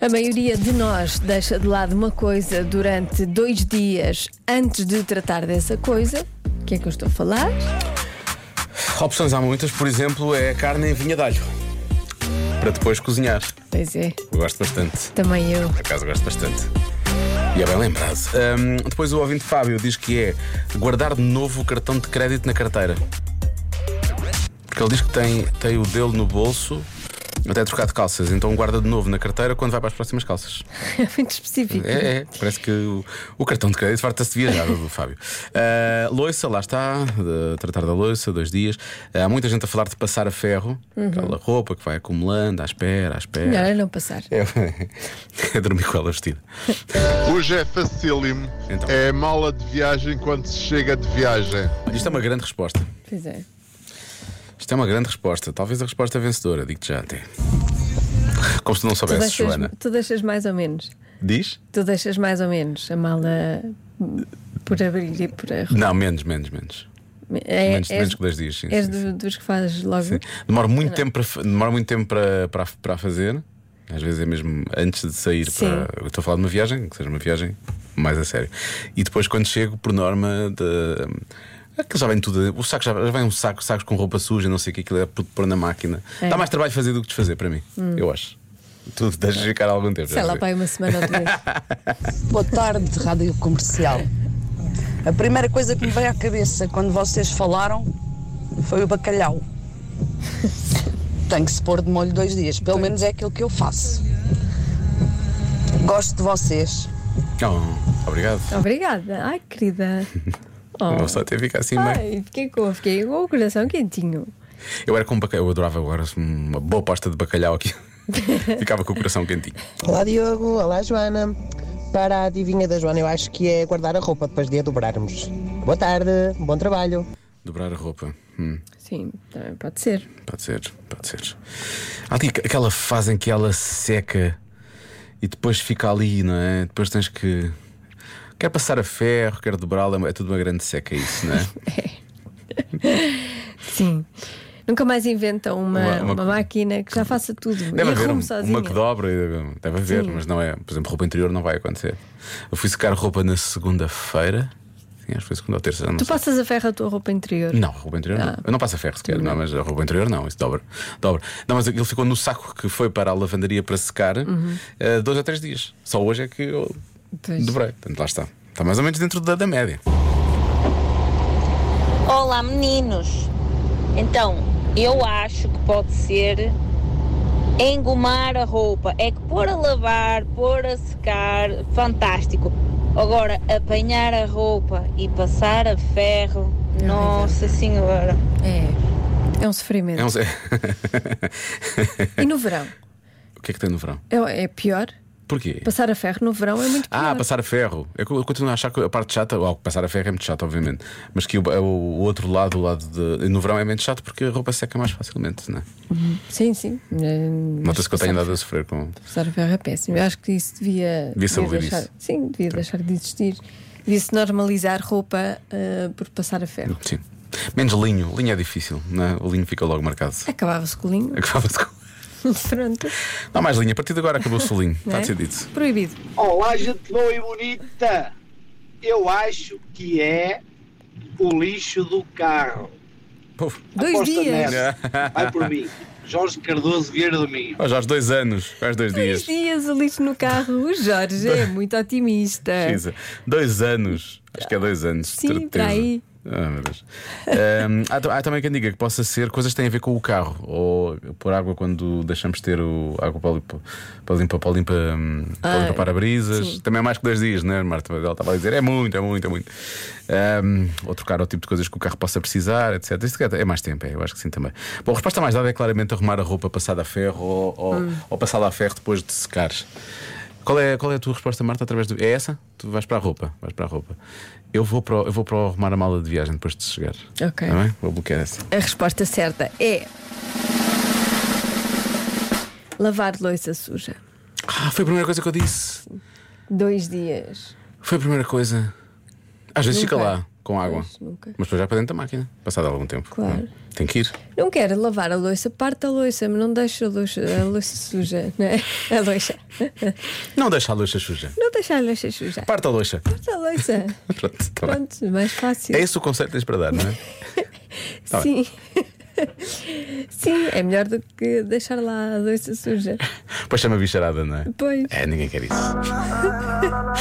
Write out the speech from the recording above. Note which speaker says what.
Speaker 1: A maioria de nós deixa de lado uma coisa durante dois dias antes de tratar dessa coisa. O que é que eu estou a falar?
Speaker 2: Opções há muitas, por exemplo, é a carne em vinha de alho. Para depois cozinhar.
Speaker 1: Pois é,
Speaker 2: Eu gosto bastante.
Speaker 1: também eu.
Speaker 2: Por acaso gosto bastante. E é bem lembrado. Hum, depois o ouvinte Fábio diz que é guardar de novo o cartão de crédito na carteira. Porque ele diz que tem, tem o dele no bolso até trocar de calças. Então guarda de novo na carteira quando vai para as próximas calças.
Speaker 1: É muito específico.
Speaker 2: É, é. Parece que o, o cartão de crédito farta-se de viajar, o Fábio. Ah, loiça, lá está, de tratar da loiça, dois dias. Há muita gente a falar de passar a ferro,
Speaker 1: Uhum.
Speaker 2: aquela roupa que vai acumulando, à espera, à
Speaker 1: Melhor
Speaker 2: espera.
Speaker 1: é não passar.
Speaker 2: É, é dormir com ela vestida.
Speaker 3: Hoje é facílimo.
Speaker 2: Então.
Speaker 3: É a mala de viagem quando se chega de viagem.
Speaker 2: Olha, Isto é uma grande resposta.
Speaker 1: Pois é.
Speaker 2: Isto é uma grande resposta. Talvez a resposta é vencedora, digo-te já até. Como se tu não
Speaker 1: Tu
Speaker 2: soubesses,
Speaker 1: deixas,
Speaker 2: Joana.
Speaker 1: tu deixas mais ou menos.
Speaker 2: Diz?
Speaker 1: Tu deixas mais ou menos a mala hum, por abrir e por. arru-
Speaker 2: Não, menos, menos, menos.
Speaker 1: É,
Speaker 2: menos,
Speaker 1: és
Speaker 2: menos que dois dias, sim.
Speaker 1: és
Speaker 2: sim,
Speaker 1: do- dos que fazes logo.
Speaker 2: Demora muito tempo para, fa- demora muito tempo para, para, para a fazer. Às vezes é mesmo antes de sair
Speaker 1: Sim.
Speaker 2: para. Eu estou a falar de uma viagem, que seja uma viagem mais a sério. E depois quando chego, por norma, de. Aquilo já vem tudo. O saco já, já vem um saco, sacos com roupa suja, não sei o que aquilo é para pôr na máquina.
Speaker 1: É. Hum.
Speaker 2: Dá mais trabalho fazer do que desfazer para mim, eu acho. Tudo deixas ficar algum tempo.
Speaker 1: Sei
Speaker 2: já
Speaker 1: lá,
Speaker 2: sei.
Speaker 1: pai, uma semana ou duas.
Speaker 4: Boa tarde, Rádio Comercial. A primeira coisa que me veio à cabeça quando vocês falaram foi o bacalhau. Tem que se pôr de molho dois dias, pelo menos é aquilo que eu faço. Gosto de vocês.
Speaker 2: Oh, obrigado.
Speaker 1: Obrigada. Ai, querida.
Speaker 2: Não só até fica assim, bem.
Speaker 1: Ai, fiquei com, fiquei com o coração quentinho.
Speaker 2: Eu era com bacalhau, eu adorava agora assim, uma boa pasta de bacalhau aqui. Ficava com o coração quentinho.
Speaker 5: Olá Diogo, olá Joana. Para a adivinha da Joana, eu acho que é guardar a roupa depois de a dobrarmos. Boa tarde, bom trabalho.
Speaker 2: Dobrar a roupa. Hum.
Speaker 1: Sim, também pode ser.
Speaker 2: Pode ser, pode ser. Há ali aquela fase em que ela seca e depois fica ali, não é? Depois tens que. Quer passar a ferro, quer dobrá-la, é tudo uma grande seca isso, não é?
Speaker 1: Sim. Nunca mais inventam uma,
Speaker 2: Uma- uma-
Speaker 1: uma máquina que já faça tudo.
Speaker 2: Deve
Speaker 1: e
Speaker 2: haver
Speaker 1: arrume
Speaker 2: um-
Speaker 1: sozinha.
Speaker 2: uma que dobra, deve haver, mas não é. Por exemplo, roupa interior não vai acontecer. Eu fui secar roupa na segunda-feira. Sim, acho que foi segunda ou terça. Não,
Speaker 1: Tu
Speaker 2: sei.
Speaker 1: passas a ferro a tua roupa interior.
Speaker 2: não roupa interior não.
Speaker 1: Ah.
Speaker 2: Eu não passo a ferro sequer, não, mas a roupa interior não, isso dobra. dobra. Não, mas aquilo ficou no saco que foi para a lavandaria para secar
Speaker 1: Uhum.
Speaker 2: eh, dois ou três dias. Só hoje é que eu
Speaker 1: Pois.
Speaker 2: Dobrei, portanto lá está. Está mais ou menos dentro da, da média.
Speaker 6: Olá meninos! Então, eu acho que pode ser engomar a roupa. É que pôr a lavar, pôr a secar, fantástico. Agora, apanhar a roupa e passar a ferro,
Speaker 1: É
Speaker 6: nossa senhora!
Speaker 1: É. É um sofrimento.
Speaker 2: É um... Zé.
Speaker 1: E no verão?
Speaker 2: o que é que tem no verão?
Speaker 1: É, é pior?
Speaker 2: Porquê?
Speaker 1: Passar a ferro no verão é muito pior.
Speaker 2: Ah, passar a ferro. Eu co- eu continuo a achar que a parte chata, ao passar a ferro é muito chato, obviamente. Mas que o, o outro lado, o lado de. No verão é menos chato porque a roupa seca mais facilmente, não é?
Speaker 1: Sim, sim. É, mas
Speaker 2: Nota-se que eu
Speaker 1: passar-
Speaker 2: tenho andado a sofrer com.
Speaker 1: Passar a ferro é péssimo. Eu acho que isso devia.
Speaker 2: Devia-se abolir
Speaker 1: deixar,
Speaker 2: isso.
Speaker 1: Sim, devia deixar de existir. Devia-se normalizar roupa ah, por passar a ferro.
Speaker 2: Sim. Menos linho. Linho é difícil, não é? O linho fica logo marcado.
Speaker 1: Acabava-se com o linho.
Speaker 2: Acabava-se com. É.
Speaker 1: Pronto.
Speaker 2: Não há mais linha. A partir de agora acabou-se o linho. Está
Speaker 1: É?
Speaker 2: decidido.
Speaker 1: Proibido.
Speaker 7: Olá, gente boa e bonita! Eu acho que é o lixo do carro.
Speaker 2: Puf.
Speaker 1: Dois
Speaker 7: Aposta
Speaker 1: dias.
Speaker 7: nessa. Vai por mim. Jorge Cardoso Vieira do Minho.
Speaker 2: Ó, já aos dois anos, aos dois
Speaker 1: Dois
Speaker 2: dias.
Speaker 1: dias o lixo no carro. O Jorge é muito otimista.
Speaker 2: Precisa. Dois anos. Acho que é dois anos. de
Speaker 1: É. Sim,
Speaker 2: certeza.
Speaker 1: para aí.
Speaker 2: Ah, meu Deus. Ahm, há, t- há também quem diga que possa ser coisas que têm a ver com o carro ou pôr água quando deixamos ter o água para limpar para limpa, para limpa, hum, para
Speaker 1: Ah,
Speaker 2: limpa para-brisas.
Speaker 1: sim.
Speaker 2: Também é mais que dois dias, não é, Marta? Ela estava a dizer: é muito, é muito, é muito. Ahm, ou trocar o tipo de coisas que o carro possa precisar, etc. Isto é mais tempo, é, eu acho que sim também. Bom, a resposta mais dada é claramente arrumar a roupa passada a ferro ou, ou,
Speaker 1: Hum.
Speaker 2: ou passada a ferro depois de secar. Qual é, qual é a tua resposta, Marta? Através do... É essa? Tu vais para a roupa. Vais para a roupa. Eu vou para, o- eu vou para o arrumar a mala de viagem depois de chegar.
Speaker 1: Ok.
Speaker 2: Tá bem? Vou bloquear essa.
Speaker 1: A resposta certa é. Lavar louça suja.
Speaker 2: Ah, foi a primeira coisa que eu disse.
Speaker 1: Dois dias.
Speaker 2: Foi a primeira coisa. Às vezes
Speaker 1: Nunca.
Speaker 2: fica lá. com água.
Speaker 1: Pois, nunca.
Speaker 2: Mas depois já para dentro da máquina, passado algum tempo.
Speaker 1: Claro.
Speaker 2: Não é? Tem que ir.
Speaker 1: Não quero lavar a louça, parte a louça, mas não deixa a louça, a louça suja, não é? A louça.
Speaker 2: Não deixa a louça suja.
Speaker 1: Não deixa a louça suja.
Speaker 2: Parta a louça.
Speaker 1: Parte a louça.
Speaker 2: Pronto, tá bem.
Speaker 1: Pronto, mais fácil.
Speaker 2: É esse o conselho que tens para dar, não é? tá
Speaker 1: Sim. Sim, é melhor do que deixar lá a louça suja.
Speaker 2: Pois chama bicharada, não é?
Speaker 1: Pois.
Speaker 2: É, ninguém quer isso.